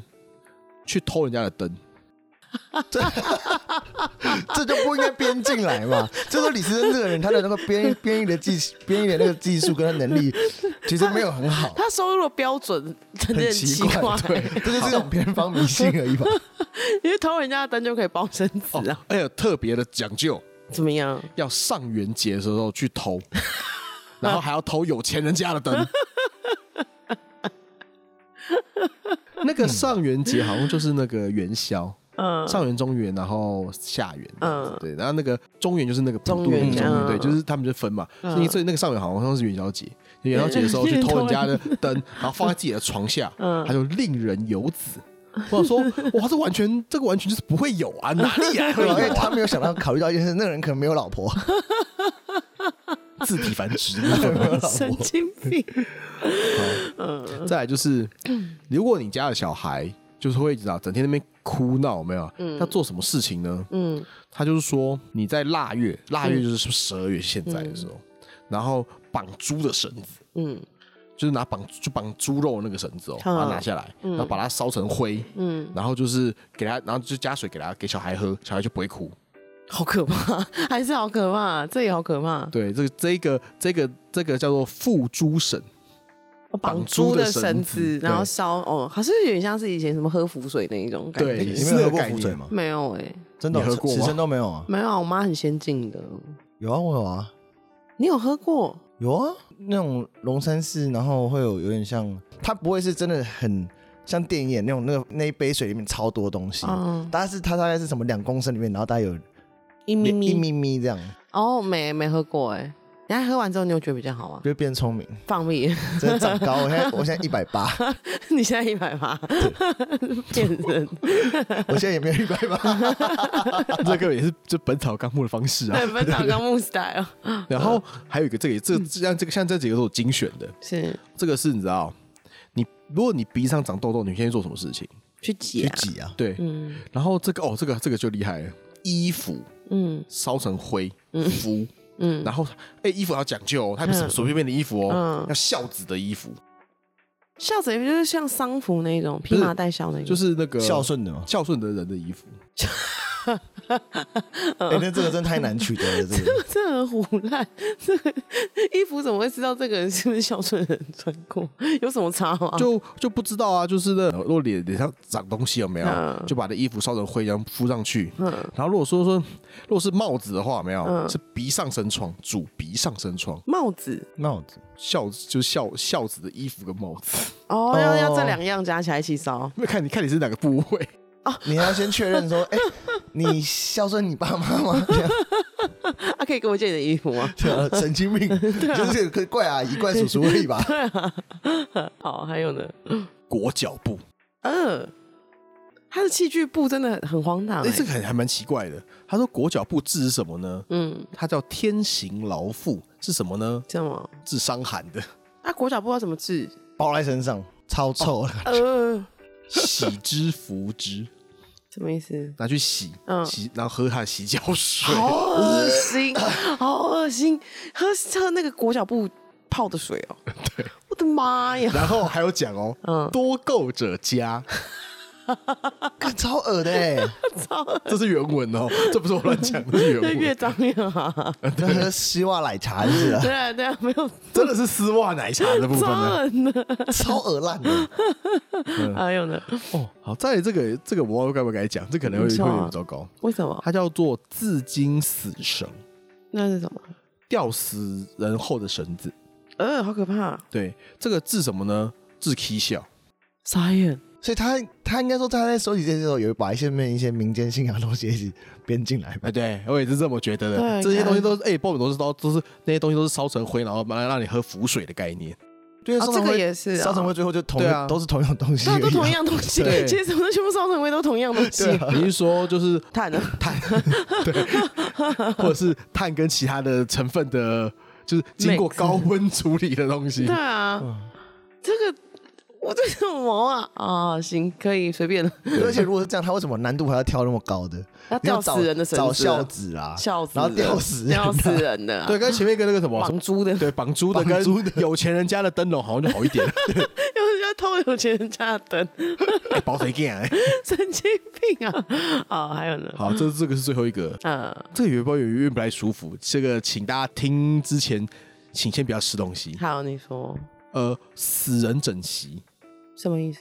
[SPEAKER 2] 去偷人家的灯，
[SPEAKER 1] 这就不应该编进来嘛。就说李时珍这个人，他的那个编编译的技编译的那个技术跟他能
[SPEAKER 3] *laughs*
[SPEAKER 1] 力，其实没有很好，
[SPEAKER 3] 他收入的标准真的
[SPEAKER 1] 很
[SPEAKER 3] 很
[SPEAKER 1] 奇
[SPEAKER 3] 奇
[SPEAKER 1] 怪，
[SPEAKER 3] 怪，
[SPEAKER 1] 对，这就是一种偏方迷信而已
[SPEAKER 3] *laughs*
[SPEAKER 1] 吧。
[SPEAKER 3] 因为偷人家的灯就可以包生子啊，
[SPEAKER 2] 而且哦哎特别的讲究，
[SPEAKER 3] 怎么样？
[SPEAKER 2] 要上元节的时候去
[SPEAKER 3] *laughs*
[SPEAKER 2] 偷，然后还要偷有钱人家的灯。那个上元节好像就是那个元宵，
[SPEAKER 3] 嗯，
[SPEAKER 2] 上元、中元，然后下元，嗯
[SPEAKER 3] 嗯，
[SPEAKER 2] 对，然后那个中元就是那个普渡的那个中
[SPEAKER 3] 中元
[SPEAKER 2] 元，
[SPEAKER 3] 嗯
[SPEAKER 2] 对，就是他们就分嘛，所以所以那个上元好像是元宵节，元宵节的时候去偷人家的
[SPEAKER 3] *laughs*
[SPEAKER 2] 灯，然后放在自己的床下，
[SPEAKER 3] 嗯
[SPEAKER 2] 他就令人有子。我想说，哇，这完全这个完全就是不会有啊，哪里来会
[SPEAKER 1] 对
[SPEAKER 2] 有
[SPEAKER 3] *laughs*
[SPEAKER 1] 吧？因为
[SPEAKER 2] 啊？
[SPEAKER 1] 他没有想到考虑到一件事，那个人可能没有老婆，
[SPEAKER 2] 自体繁殖。
[SPEAKER 1] 没有老
[SPEAKER 3] 神
[SPEAKER 1] 婆。
[SPEAKER 3] 经病，
[SPEAKER 2] 再来就是，
[SPEAKER 3] 嗯
[SPEAKER 2] 如果你家的小孩就是会知道整天在那边哭闹，有没有？他做什么事情呢？
[SPEAKER 3] 嗯，
[SPEAKER 2] 他就是说你在腊月，腊月就是十二月现在的时候，然后绑猪的绳子，
[SPEAKER 3] 嗯
[SPEAKER 2] 就是拿绑就绑猪肉的那个绳子哦，
[SPEAKER 3] 嗯
[SPEAKER 2] 把它拿下来，然后把它烧成灰，
[SPEAKER 3] 嗯，
[SPEAKER 2] 然后就是给他，然后就加水给他给小孩喝，小孩就不会哭。
[SPEAKER 3] 好可怕，还是好可怕，这也好可怕，
[SPEAKER 2] 对，这个这一个这个这个叫做缚猪绳，绑猪
[SPEAKER 3] 猪
[SPEAKER 2] 的
[SPEAKER 3] 的
[SPEAKER 2] 绳
[SPEAKER 3] 绳
[SPEAKER 2] 子
[SPEAKER 3] 子，然后
[SPEAKER 2] 对
[SPEAKER 3] 烧，哦，好像有点像是以前什么喝符水那一种感
[SPEAKER 2] 对
[SPEAKER 3] 觉，
[SPEAKER 1] 你
[SPEAKER 2] 是
[SPEAKER 1] 没有喝
[SPEAKER 2] 那个
[SPEAKER 1] 过
[SPEAKER 2] 概
[SPEAKER 1] 浮
[SPEAKER 2] 念
[SPEAKER 1] 水
[SPEAKER 2] *laughs*
[SPEAKER 1] 吗？
[SPEAKER 3] 没有哎，
[SPEAKER 1] 真的哦，
[SPEAKER 2] 你喝过吗
[SPEAKER 1] 此生都没有啊？
[SPEAKER 3] 没有啊，我妈很先进的，
[SPEAKER 1] 有啊，我有啊，
[SPEAKER 3] 你有喝过？
[SPEAKER 1] 有啊，那种龙山寺，然后会有有点像，它不会是真的很像电影演那种那个那一杯水里面超多东西，
[SPEAKER 3] 嗯，
[SPEAKER 1] 大概是它大概是什么两公升里面，然后大概有
[SPEAKER 3] 一咪
[SPEAKER 1] 一
[SPEAKER 3] 咪，
[SPEAKER 1] 咪咪这样，
[SPEAKER 3] 哦，没没喝过哎，你还喝完之后你有觉得比较好吗？
[SPEAKER 1] 就变聪明，
[SPEAKER 3] 放屁！ *laughs*
[SPEAKER 1] 真的长高。我现在我现在一百八，
[SPEAKER 3] 你现在一百八， *laughs* 骗人！
[SPEAKER 1] 我现在也没有一百八，
[SPEAKER 2] 啊这个也是这《本草纲目》的方式
[SPEAKER 3] *laughs*
[SPEAKER 2] 啊
[SPEAKER 3] 对，。本草纲目 style
[SPEAKER 2] 然后还有一个这个也
[SPEAKER 3] 嗯
[SPEAKER 2] 这个像这个像这几个都有精选的，
[SPEAKER 3] 是
[SPEAKER 2] 这个是你知道，你如果你鼻子上长痘痘，你先去做什么事情？
[SPEAKER 3] 去挤啊，
[SPEAKER 1] 挤啊！
[SPEAKER 2] 对，
[SPEAKER 3] 嗯
[SPEAKER 2] 然后这个哦，这个这个就厉害了，衣服
[SPEAKER 3] 嗯
[SPEAKER 2] 烧成灰，服，
[SPEAKER 3] 嗯
[SPEAKER 2] 然后哎、衣服要讲究哦，它不是
[SPEAKER 3] 嗯
[SPEAKER 2] 随便便的衣服哦，
[SPEAKER 3] 嗯
[SPEAKER 2] 要孝子的衣服，
[SPEAKER 3] 孝子也不就是像丧服那种披麻戴孝那种，
[SPEAKER 2] 就是那个
[SPEAKER 1] *laughs* 孝顺的嘛，
[SPEAKER 2] 孝顺的人的衣服，
[SPEAKER 1] 哎、那这个真的太难取得了，这 *laughs* 个
[SPEAKER 3] 这很胡乱。 *laughs* 这个衣服怎么会知道这个人是不是孝顺的人穿过？有什么差吗？
[SPEAKER 2] 就就不知道啊，就是那如果脸脸上长东西有没有，
[SPEAKER 3] 嗯
[SPEAKER 2] 就把那衣服烧成灰，然后敷上去。然后如果说说如果是帽子的话，有没有、
[SPEAKER 3] 嗯
[SPEAKER 2] 是鼻上生疮，主鼻上生疮，
[SPEAKER 3] 帽子
[SPEAKER 1] 帽子
[SPEAKER 2] 孝就是孝孝子的衣服跟帽子， *laughs*
[SPEAKER 3] 哦，
[SPEAKER 1] 哦
[SPEAKER 3] 要要这两样加起来一起烧。
[SPEAKER 2] 那看你看你是哪个部位。
[SPEAKER 1] 你要先确认说，哎、你孝顺你爸妈吗？这样
[SPEAKER 3] *laughs* 啊，可以给我借你的衣服吗？
[SPEAKER 1] *laughs* 对啊神经病，就是可以怪阿姨、怪叔叔而已吧。
[SPEAKER 3] *laughs* 好，还有呢，
[SPEAKER 2] 裹脚布，
[SPEAKER 3] 呃，他的器具布真的很很荒唐、
[SPEAKER 2] 哎、
[SPEAKER 3] 欸。
[SPEAKER 2] 这个还还蛮奇怪的。他说裹脚布治是什么呢？
[SPEAKER 3] 嗯，
[SPEAKER 2] 它叫天行劳妇，是什么呢？
[SPEAKER 3] 这样吗？
[SPEAKER 2] 治伤寒的， *laughs*
[SPEAKER 3] 啊，裹脚布要怎么治？
[SPEAKER 1] 包在身上，超臭了。
[SPEAKER 3] 呃，
[SPEAKER 2] 洗之服之，
[SPEAKER 3] 什么意思？
[SPEAKER 2] 拿去洗，
[SPEAKER 3] 嗯
[SPEAKER 2] 洗然后喝它的洗脚水， *laughs*
[SPEAKER 3] 好恶心，好恶心！喝喝那个裹脚布泡的水 *laughs* 哦、我的妈呀！
[SPEAKER 2] 然后还有讲哦，
[SPEAKER 3] 嗯
[SPEAKER 2] 多垢者佳，
[SPEAKER 1] 看超恶的哎、欸，
[SPEAKER 2] 这是原文哦，这不是我乱讲，这
[SPEAKER 3] *laughs*
[SPEAKER 2] 是原
[SPEAKER 3] 这越
[SPEAKER 2] 文，
[SPEAKER 3] 脏越好。
[SPEAKER 1] 要喝西袜奶茶是啊，
[SPEAKER 3] *laughs* 对啊，对啊，没有
[SPEAKER 2] 真的是丝袜奶茶的部分
[SPEAKER 3] 脏
[SPEAKER 2] 呢。
[SPEAKER 3] 人的。
[SPEAKER 1] *laughs* 超恶烂的。
[SPEAKER 3] 还有呢？
[SPEAKER 2] 哦，好，再来这个这个我不知道该不该讲，这可能会
[SPEAKER 3] 你
[SPEAKER 2] 会
[SPEAKER 3] 说啊
[SPEAKER 2] 有点糟糕。
[SPEAKER 3] 为什么？
[SPEAKER 2] 它叫做自经死绳，
[SPEAKER 3] 那是什么？
[SPEAKER 2] 吊死人后的绳子。
[SPEAKER 3] 呃，好可怕！
[SPEAKER 2] 对，这个治什么呢？治啼笑。
[SPEAKER 3] 傻眼。
[SPEAKER 1] 所以他他应该说他在收集这些时候，有把一些面一些民间信仰的东西一起编进来
[SPEAKER 3] 啊
[SPEAKER 1] 吧。
[SPEAKER 2] 哎，对我也是这么觉得的。
[SPEAKER 3] 对
[SPEAKER 2] 这些东西都是哎，爆米都是都都是那些东西都是烧成灰，然后把它让你喝符水的概念。
[SPEAKER 1] 对
[SPEAKER 3] 啊，这个也是啊
[SPEAKER 1] 烧成灰最后就同
[SPEAKER 2] 对啊
[SPEAKER 1] 都是同样东西而
[SPEAKER 3] 大
[SPEAKER 1] 已啊，
[SPEAKER 3] 家都同样东西
[SPEAKER 2] 对，啊
[SPEAKER 3] 其实什么都全部烧成灰都同样东西。
[SPEAKER 2] 你是说就是
[SPEAKER 3] 碳啊呢？
[SPEAKER 2] *laughs* 碳，对，或者是碳跟其他的成分的，就是经过
[SPEAKER 3] Mix
[SPEAKER 2] 高温处理的东西
[SPEAKER 3] 对。啊，这个我这什么啊？啊，行，可以随便了。
[SPEAKER 1] *laughs* 对。啊而且如果是这样，他为什么难度还要挑那么高的？
[SPEAKER 3] 要
[SPEAKER 1] 你
[SPEAKER 3] 吊
[SPEAKER 1] 找
[SPEAKER 3] 死人的绳子啊
[SPEAKER 1] 找孝子啊，
[SPEAKER 3] 笑死人，
[SPEAKER 1] 然后吊死人啊
[SPEAKER 3] 吊死人的啊，
[SPEAKER 2] 对，跟前面跟那个什么
[SPEAKER 3] 绑猪的，
[SPEAKER 2] 对绑猪的
[SPEAKER 1] 绑猪的
[SPEAKER 2] 跟有钱人家的灯笼好像就好一点。 *laughs*
[SPEAKER 3] 有人家就偷有钱人家的 *laughs* 灯，
[SPEAKER 2] 哎包谁干？哎
[SPEAKER 3] 神经病啊！哦，还有呢，
[SPEAKER 2] *laughs* 好，这这个是最后一个，
[SPEAKER 3] 嗯，
[SPEAKER 2] 这个原包原原不太舒服。这个请大家听之前，请先不要吃东西。
[SPEAKER 3] 还有你说
[SPEAKER 2] 呃，死人枕席，
[SPEAKER 3] 什么意思？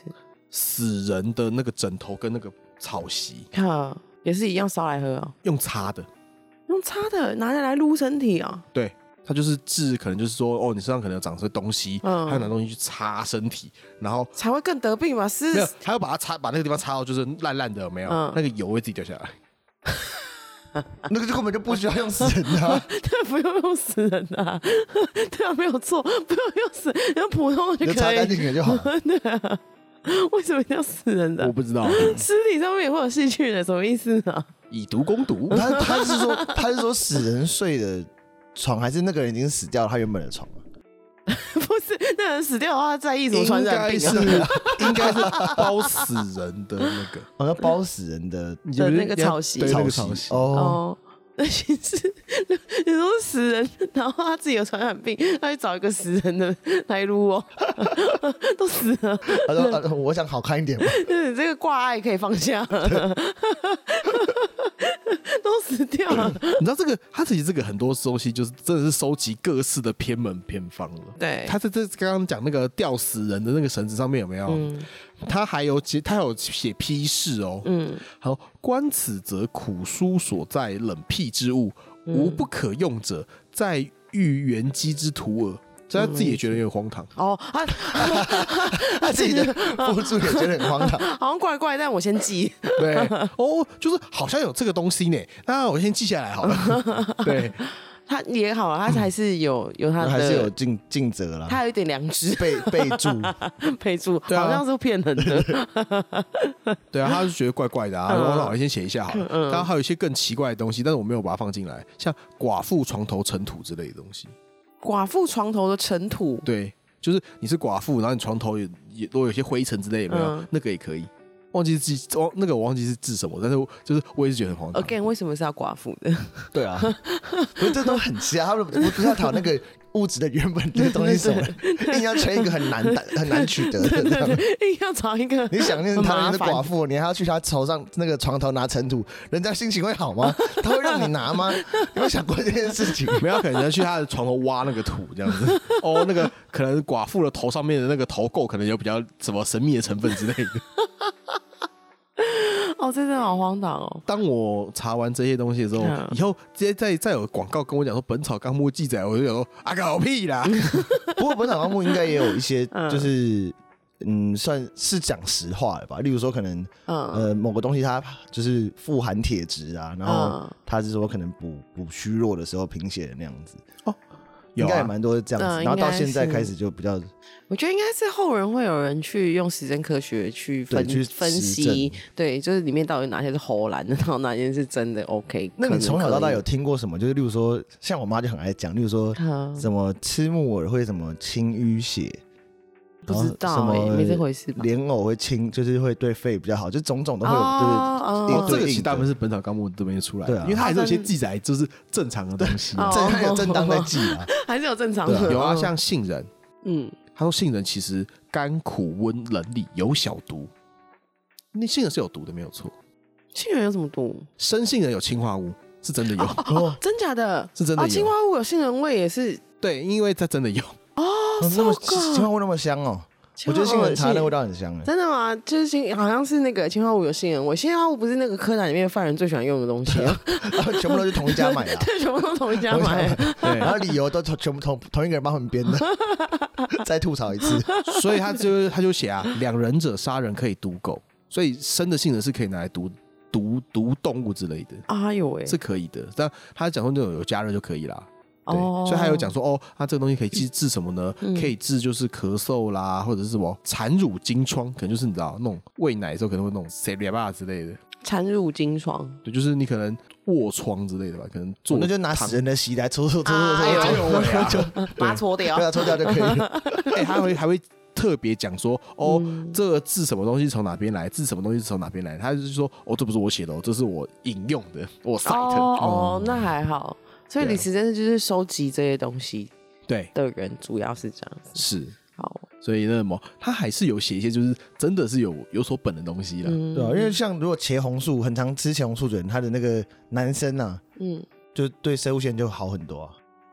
[SPEAKER 2] 死人的那个枕头跟那个草席，
[SPEAKER 3] 看， *laughs* 也是一样烧来喝哦，
[SPEAKER 2] 用擦的。
[SPEAKER 3] 用擦的拿下来撸身体哦。
[SPEAKER 2] 对，它就是治，可能就是说，哦，你身上可能有长些东西，
[SPEAKER 3] 嗯
[SPEAKER 2] 他、拿东西去擦身体，然后
[SPEAKER 3] 才会更得病吧？是
[SPEAKER 2] 没有，他要把它擦，把那个地方擦到就是烂烂的，有没有？
[SPEAKER 3] 嗯
[SPEAKER 2] 那个油会自己掉下来。
[SPEAKER 1] *laughs* 那个就根本就不需要用死人的啊、
[SPEAKER 3] 对， *laughs* 不用用死人啊， *laughs* 对啊，没有错，不用用死，用普通
[SPEAKER 1] 你
[SPEAKER 3] 的 *laughs* 就
[SPEAKER 1] 就擦
[SPEAKER 3] 可
[SPEAKER 1] 干净
[SPEAKER 3] 以。
[SPEAKER 1] 了就好了。
[SPEAKER 3] 对啊，为什么一定要死人的
[SPEAKER 2] 我？不知
[SPEAKER 3] *laughs*
[SPEAKER 2] 道，
[SPEAKER 3] 尸体上面也会有细菌的，什么意思啊呢？
[SPEAKER 2] 以毒攻毒。
[SPEAKER 3] 嗯
[SPEAKER 1] 他他是说他是说死人睡的床，还是那个人已经死掉了他原本的床？
[SPEAKER 3] *laughs*
[SPEAKER 1] 啊
[SPEAKER 3] 不是，那人死掉的话，在意怎么 *laughs* 传
[SPEAKER 2] 应
[SPEAKER 3] 染
[SPEAKER 2] 该
[SPEAKER 3] 病
[SPEAKER 2] 是
[SPEAKER 3] 啊？
[SPEAKER 2] 应该是包死人的那个，
[SPEAKER 1] 好像哦包死人的
[SPEAKER 2] 你
[SPEAKER 3] 的
[SPEAKER 2] 不是
[SPEAKER 3] 嗯那个
[SPEAKER 2] 你要
[SPEAKER 3] 草席
[SPEAKER 2] 对那个
[SPEAKER 1] 草
[SPEAKER 2] 草
[SPEAKER 1] 席
[SPEAKER 2] 席
[SPEAKER 1] 哦，
[SPEAKER 3] 哦。 *laughs* 那其实 *laughs* 你说死人，然后他自己有传染病，他去找一个死人的来撸哦， *laughs* 都死了，
[SPEAKER 1] 他说呃我想好看一点吧。
[SPEAKER 3] 就是你 *laughs* 这个挂碍可以放下 *laughs* 了，都死
[SPEAKER 1] *laughs*
[SPEAKER 3] 掉了。
[SPEAKER 2] 你知道这个，他其实这个很多东西就是真的是收集各式的偏门偏方了。
[SPEAKER 3] 对
[SPEAKER 2] 他在这刚刚讲那个吊死人的那个绳子上面有没有？他还有其他有写批示哦。嗯，好，观此则苦书所在冷僻之物，无不可用者，在欲原机之徒耳。所以他自己也觉得有点荒唐。
[SPEAKER 3] 哦，啊，
[SPEAKER 1] 他自己的付出也觉得很荒唐。
[SPEAKER 3] *laughs* 好像怪怪，但我先记。
[SPEAKER 2] 对，哦，就是好像有这个东西呢，那我先记下来好了。对，
[SPEAKER 3] 他也好啊，他还是有有 *laughs* 他的，
[SPEAKER 1] 还是有尽尽责啦，
[SPEAKER 3] 他有一点良知
[SPEAKER 1] 备备
[SPEAKER 3] *laughs*
[SPEAKER 1] 注，
[SPEAKER 3] 配住，
[SPEAKER 2] 对啊
[SPEAKER 3] 好像是骗
[SPEAKER 1] *laughs*
[SPEAKER 3] 人的。
[SPEAKER 2] 对啊，他就觉得怪怪的啊。我老先写一下好了。当然还有一些更奇怪的东西，但是我没有把它放进来，像寡妇床头尘土之类的东西。
[SPEAKER 3] 寡妇床头的尘土，
[SPEAKER 2] 对，就是你是寡妇，然后你床头也也都有一些灰尘之类，有没有？
[SPEAKER 3] 嗯
[SPEAKER 2] 那个也可以。忘记是治忘那个我忘记是治什么，但是我就是我也是觉得很荒唐。
[SPEAKER 3] again 为什么是要寡妇的？ *laughs*
[SPEAKER 1] 对啊，不是这都很瞎。他们不不是要讨那个物质的原本这个东西什么，硬要圈一个很难的很难取得的这样。 *laughs*
[SPEAKER 3] 硬要找一个
[SPEAKER 1] 你想念
[SPEAKER 3] 很
[SPEAKER 1] 他
[SPEAKER 3] 麻
[SPEAKER 1] 人的
[SPEAKER 3] 烦
[SPEAKER 1] 寡妇，你还要去他头上那个床头拿尘土，人家心情会好吗？他会让你拿吗？ *laughs* 有没有想过这件事情？
[SPEAKER 2] *laughs* 没有，可能要去他的床头挖那个土这样子。哦，那个可能寡妇的头上面的那个头垢，可能有比较什么神秘的成分之类的。
[SPEAKER 3] 哦，这真的好荒唐哦。
[SPEAKER 2] 当我查完这些东西的时候
[SPEAKER 3] 嗯，
[SPEAKER 2] 以后直接再再有广告跟我讲说《本草纲目》记载，我就想说啊，搞屁啦！
[SPEAKER 1] 不过本草纲目应该也有一些，
[SPEAKER 3] *laughs* 嗯
[SPEAKER 1] 就是嗯，算是讲实话了吧。例如说，可能
[SPEAKER 3] 嗯
[SPEAKER 1] 呃某个东西它就是富含铁质啊，然后
[SPEAKER 3] 嗯
[SPEAKER 1] 它是说可能补补虚弱的时候贫血的那样子，
[SPEAKER 2] 有
[SPEAKER 1] 应
[SPEAKER 2] 啊
[SPEAKER 1] 该也蛮多这样子。
[SPEAKER 3] 嗯
[SPEAKER 1] 然后到
[SPEAKER 3] 应该
[SPEAKER 1] 现在
[SPEAKER 3] 是
[SPEAKER 1] 开始就比较
[SPEAKER 3] 我觉得应该是后人会有人去用实证科学去分
[SPEAKER 1] 对去
[SPEAKER 3] 分
[SPEAKER 1] 实证
[SPEAKER 3] 析，对，就是里面到底哪些是胡乱的， *laughs* 然后哪些是真的 OK 可
[SPEAKER 1] 那
[SPEAKER 3] 能可以。
[SPEAKER 1] 你从小到大有听过什么？就是例如说，像我妈就很爱讲，例如说
[SPEAKER 3] 嗯
[SPEAKER 1] 什么吃木耳会什么清淤血，
[SPEAKER 3] 不知
[SPEAKER 1] 然后
[SPEAKER 3] 道
[SPEAKER 1] 什
[SPEAKER 3] 哎，
[SPEAKER 1] 么
[SPEAKER 3] 没这回事吧？
[SPEAKER 1] 莲藕会清，就是会对肺比较好，就种种都会有，
[SPEAKER 3] *laughs* 哦
[SPEAKER 1] 对
[SPEAKER 2] 哦
[SPEAKER 1] 不，
[SPEAKER 2] 这
[SPEAKER 1] 对？
[SPEAKER 2] 个其
[SPEAKER 1] 应
[SPEAKER 2] 实大部分是《本草纲目》这边出来的，
[SPEAKER 1] 对啊
[SPEAKER 2] 因为它还是有一些记载，就是正常的东西。
[SPEAKER 3] 哦
[SPEAKER 1] 正还有正当
[SPEAKER 3] *laughs*
[SPEAKER 1] 在记啊，
[SPEAKER 3] 还是有正常的，
[SPEAKER 2] 有啊，
[SPEAKER 3] 嗯
[SPEAKER 2] 像杏仁，
[SPEAKER 3] 嗯，
[SPEAKER 2] 他说杏仁其实甘苦温冷里有小毒，那杏仁是有毒的，没有错。
[SPEAKER 3] 杏仁有什么毒？
[SPEAKER 2] 生杏仁有氰化物，是真的有，
[SPEAKER 1] 哦，
[SPEAKER 3] 真假的？
[SPEAKER 2] 是真的
[SPEAKER 3] 啊，青
[SPEAKER 2] 有。
[SPEAKER 3] 花雾有杏仁味也是
[SPEAKER 2] 对，因为它真的有。
[SPEAKER 1] 那么
[SPEAKER 3] so good
[SPEAKER 1] 青花味那么香哦，我觉得杏仁茶那味道很香哎。
[SPEAKER 3] 真的吗？就是杏，好像是那个青花雾有杏仁味，杏花雾不是那个柯南里面犯人最喜欢用的东
[SPEAKER 1] *laughs*
[SPEAKER 3] 西啊，
[SPEAKER 1] 然后全部都是同一家买 *laughs* 的啊，
[SPEAKER 3] *laughs* 对，全部都同一家买。
[SPEAKER 2] 对
[SPEAKER 1] 然，后理由都同全部同同一个人帮他们编 *laughs* 的。再吐槽一次，
[SPEAKER 2] 所以他就他就写啊， *laughs* 两人者杀人可以毒狗，所以生的杏仁是可以拿来毒毒毒动物之类的，
[SPEAKER 3] 哎呦喂，
[SPEAKER 2] 是可以的。但他讲说那种有加热就可以啦。对，
[SPEAKER 3] 哦
[SPEAKER 2] 所以还有讲说哦，它这个东西可以
[SPEAKER 1] 嗯
[SPEAKER 2] 治治什么呢？可以治就是咳嗽啦，或者是什么产乳金疮，可能就是你知道那种喂奶的时候可能会那种塞裂巴之类的，
[SPEAKER 3] 产乳金疮，
[SPEAKER 2] 对，就是你可能卧疮之类的吧，可能坐
[SPEAKER 1] 哦那就拿死人的席来搓搓搓搓
[SPEAKER 3] 哎
[SPEAKER 1] 搓
[SPEAKER 3] 呦嗯
[SPEAKER 1] 搓，
[SPEAKER 3] *laughs* *laughs* 把它搓掉
[SPEAKER 1] 对啊，搓掉就可以了。
[SPEAKER 2] 哎、他会还会特别讲说，哦，
[SPEAKER 3] 嗯
[SPEAKER 2] 这个字什么东西从哪边来，字什么东西从哪边来，他就是说，哦，这不是我写的、哦，这是我引用的，我 cite 的。
[SPEAKER 3] 哦哦，那还好。所以
[SPEAKER 2] 对啊
[SPEAKER 3] 李时珍就是收集这些东西
[SPEAKER 2] 对，
[SPEAKER 3] 的人，主要是这样子。
[SPEAKER 2] 是
[SPEAKER 3] 好，
[SPEAKER 2] 所以那什么，他还是有写一些就是真的是有有所本的东西
[SPEAKER 3] 嗯
[SPEAKER 2] 啦。
[SPEAKER 1] 对啊，因为像如果茄红素，很常吃茄红素的人，他的那个男生啊，
[SPEAKER 3] 嗯，
[SPEAKER 1] 就对生物线就好很多啊。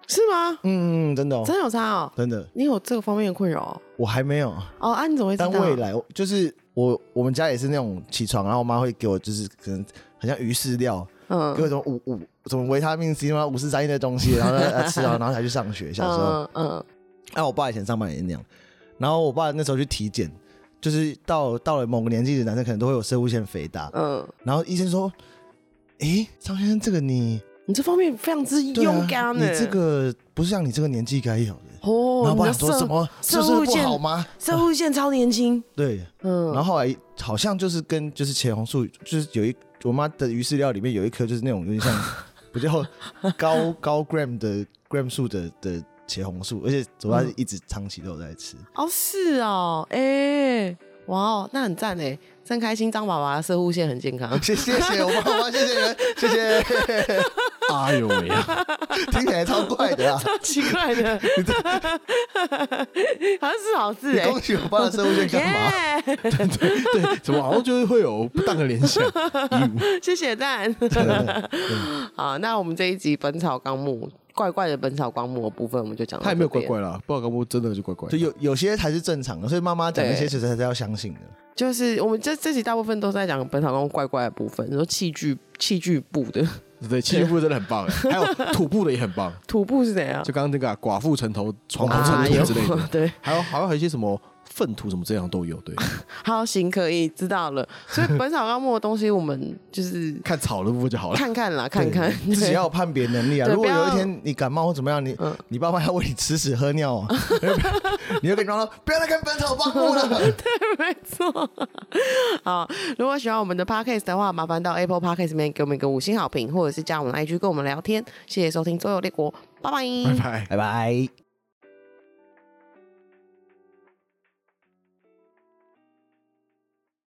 [SPEAKER 3] 是吗？
[SPEAKER 1] 嗯，嗯真的、哦，
[SPEAKER 3] 真的有差哦？
[SPEAKER 1] 真的，
[SPEAKER 3] 你有这个方面的困扰哦
[SPEAKER 1] 我还没有，
[SPEAKER 3] 哦？啊，你怎么会知道
[SPEAKER 1] 但？未来就是我我们家也是那种起床，然后我妈会给我就是可能很像鱼饲料，
[SPEAKER 3] 嗯
[SPEAKER 1] 给我什么五五什么维他命 C 嘛，五十三亿的东西，然后
[SPEAKER 3] *laughs*
[SPEAKER 1] 让她吃完，然后才去上学。小时候，
[SPEAKER 3] 嗯嗯
[SPEAKER 1] 哎、我爸以前上班也是那样，然后我爸那时候去体检，就是到到了某个年纪的男生可能都会有生物腺肥大，
[SPEAKER 3] 嗯，
[SPEAKER 1] 然后医生说，诶，张先生这个你
[SPEAKER 3] 你这方面非常之
[SPEAKER 1] 对啊
[SPEAKER 3] 勇敢
[SPEAKER 1] 你
[SPEAKER 3] 呢。
[SPEAKER 1] 这个不是像你这个年纪该有的。然
[SPEAKER 3] 哦，
[SPEAKER 1] 后
[SPEAKER 3] 你
[SPEAKER 1] 我爸
[SPEAKER 3] 的
[SPEAKER 1] 说
[SPEAKER 3] 社
[SPEAKER 1] 什么是
[SPEAKER 3] 生
[SPEAKER 1] 不
[SPEAKER 3] 物
[SPEAKER 1] 是不
[SPEAKER 3] 键
[SPEAKER 1] 好吗？
[SPEAKER 3] 生物线超年轻，
[SPEAKER 1] 对，
[SPEAKER 3] 嗯，
[SPEAKER 1] 然后后来好像就是跟就是茄红素，就是有一我妈的鱼饲料里面有一颗就是那种有点 *laughs* 像比较高高 gram 的 gram 数的的茄红素，而且主要是一直长期都有在吃。。
[SPEAKER 3] 哦是哦，哎，哇哦，那很赞哎，真开心，张爸爸的射物线很健康
[SPEAKER 1] *laughs* 谢谢谢我爸妈，谢谢你们，谢谢，
[SPEAKER 2] 哎呦喂呀！
[SPEAKER 1] *laughs* 听起来超怪的 *laughs* 啊！
[SPEAKER 3] *laughs* 奇怪的，好像是好事
[SPEAKER 1] 你
[SPEAKER 3] 哎、
[SPEAKER 1] 恭喜我爸的生物线干 *laughs* 嘛？
[SPEAKER 3] 耶
[SPEAKER 2] 对，怎么好像就是会有不当的联想？
[SPEAKER 3] *laughs* 谢谢蛋。
[SPEAKER 2] 嗯
[SPEAKER 3] *laughs* 好，那我们这一集《本草纲目》怪怪的《本草纲目》的部分，我们就讲到
[SPEAKER 2] 他也没有
[SPEAKER 3] 这
[SPEAKER 2] 怪
[SPEAKER 3] 边，
[SPEAKER 2] 怪啦，不知道搞不好真的就怪怪。
[SPEAKER 1] 就有有些才是正常的，所以妈妈讲那些其实才是要相信的。
[SPEAKER 3] 就是我们这这集大部分都在讲《本草纲目》怪怪的部分，你说器具器具部的 *laughs*
[SPEAKER 2] 对，气部真的很棒，哎还有土部的也很棒。
[SPEAKER 3] 土部是怎样？
[SPEAKER 2] 就刚刚那个啊寡妇城头、床头
[SPEAKER 3] 啊，
[SPEAKER 2] 城
[SPEAKER 3] 有
[SPEAKER 2] 土之类的，
[SPEAKER 3] *laughs* 对，
[SPEAKER 2] 还有好像还有一些什么粪土什么这样都有。对，
[SPEAKER 3] 好行可以知道了。所以《本草纲目》的东西，我们就是
[SPEAKER 2] 看草的部分就好了。
[SPEAKER 3] 看看啦，看看，
[SPEAKER 1] 自己
[SPEAKER 3] 对
[SPEAKER 1] 要有判别能力啊！
[SPEAKER 3] 对
[SPEAKER 1] 如果
[SPEAKER 3] 不要
[SPEAKER 1] 有一天你感冒或怎么样，你、
[SPEAKER 3] 嗯
[SPEAKER 1] 你爸妈要喂你吃屎喝尿啊，你就跟你妈说不要再看《本草纲目》了。
[SPEAKER 3] *laughs* 没错。好，如果喜欢我们的 podcast 的话，麻烦到 Apple Podcast 里面给我们一个五星好评，或者是加我们的 IG 跟我们聊天。谢谢收听《周游列国》，拜拜
[SPEAKER 2] 拜。
[SPEAKER 1] 拜拜。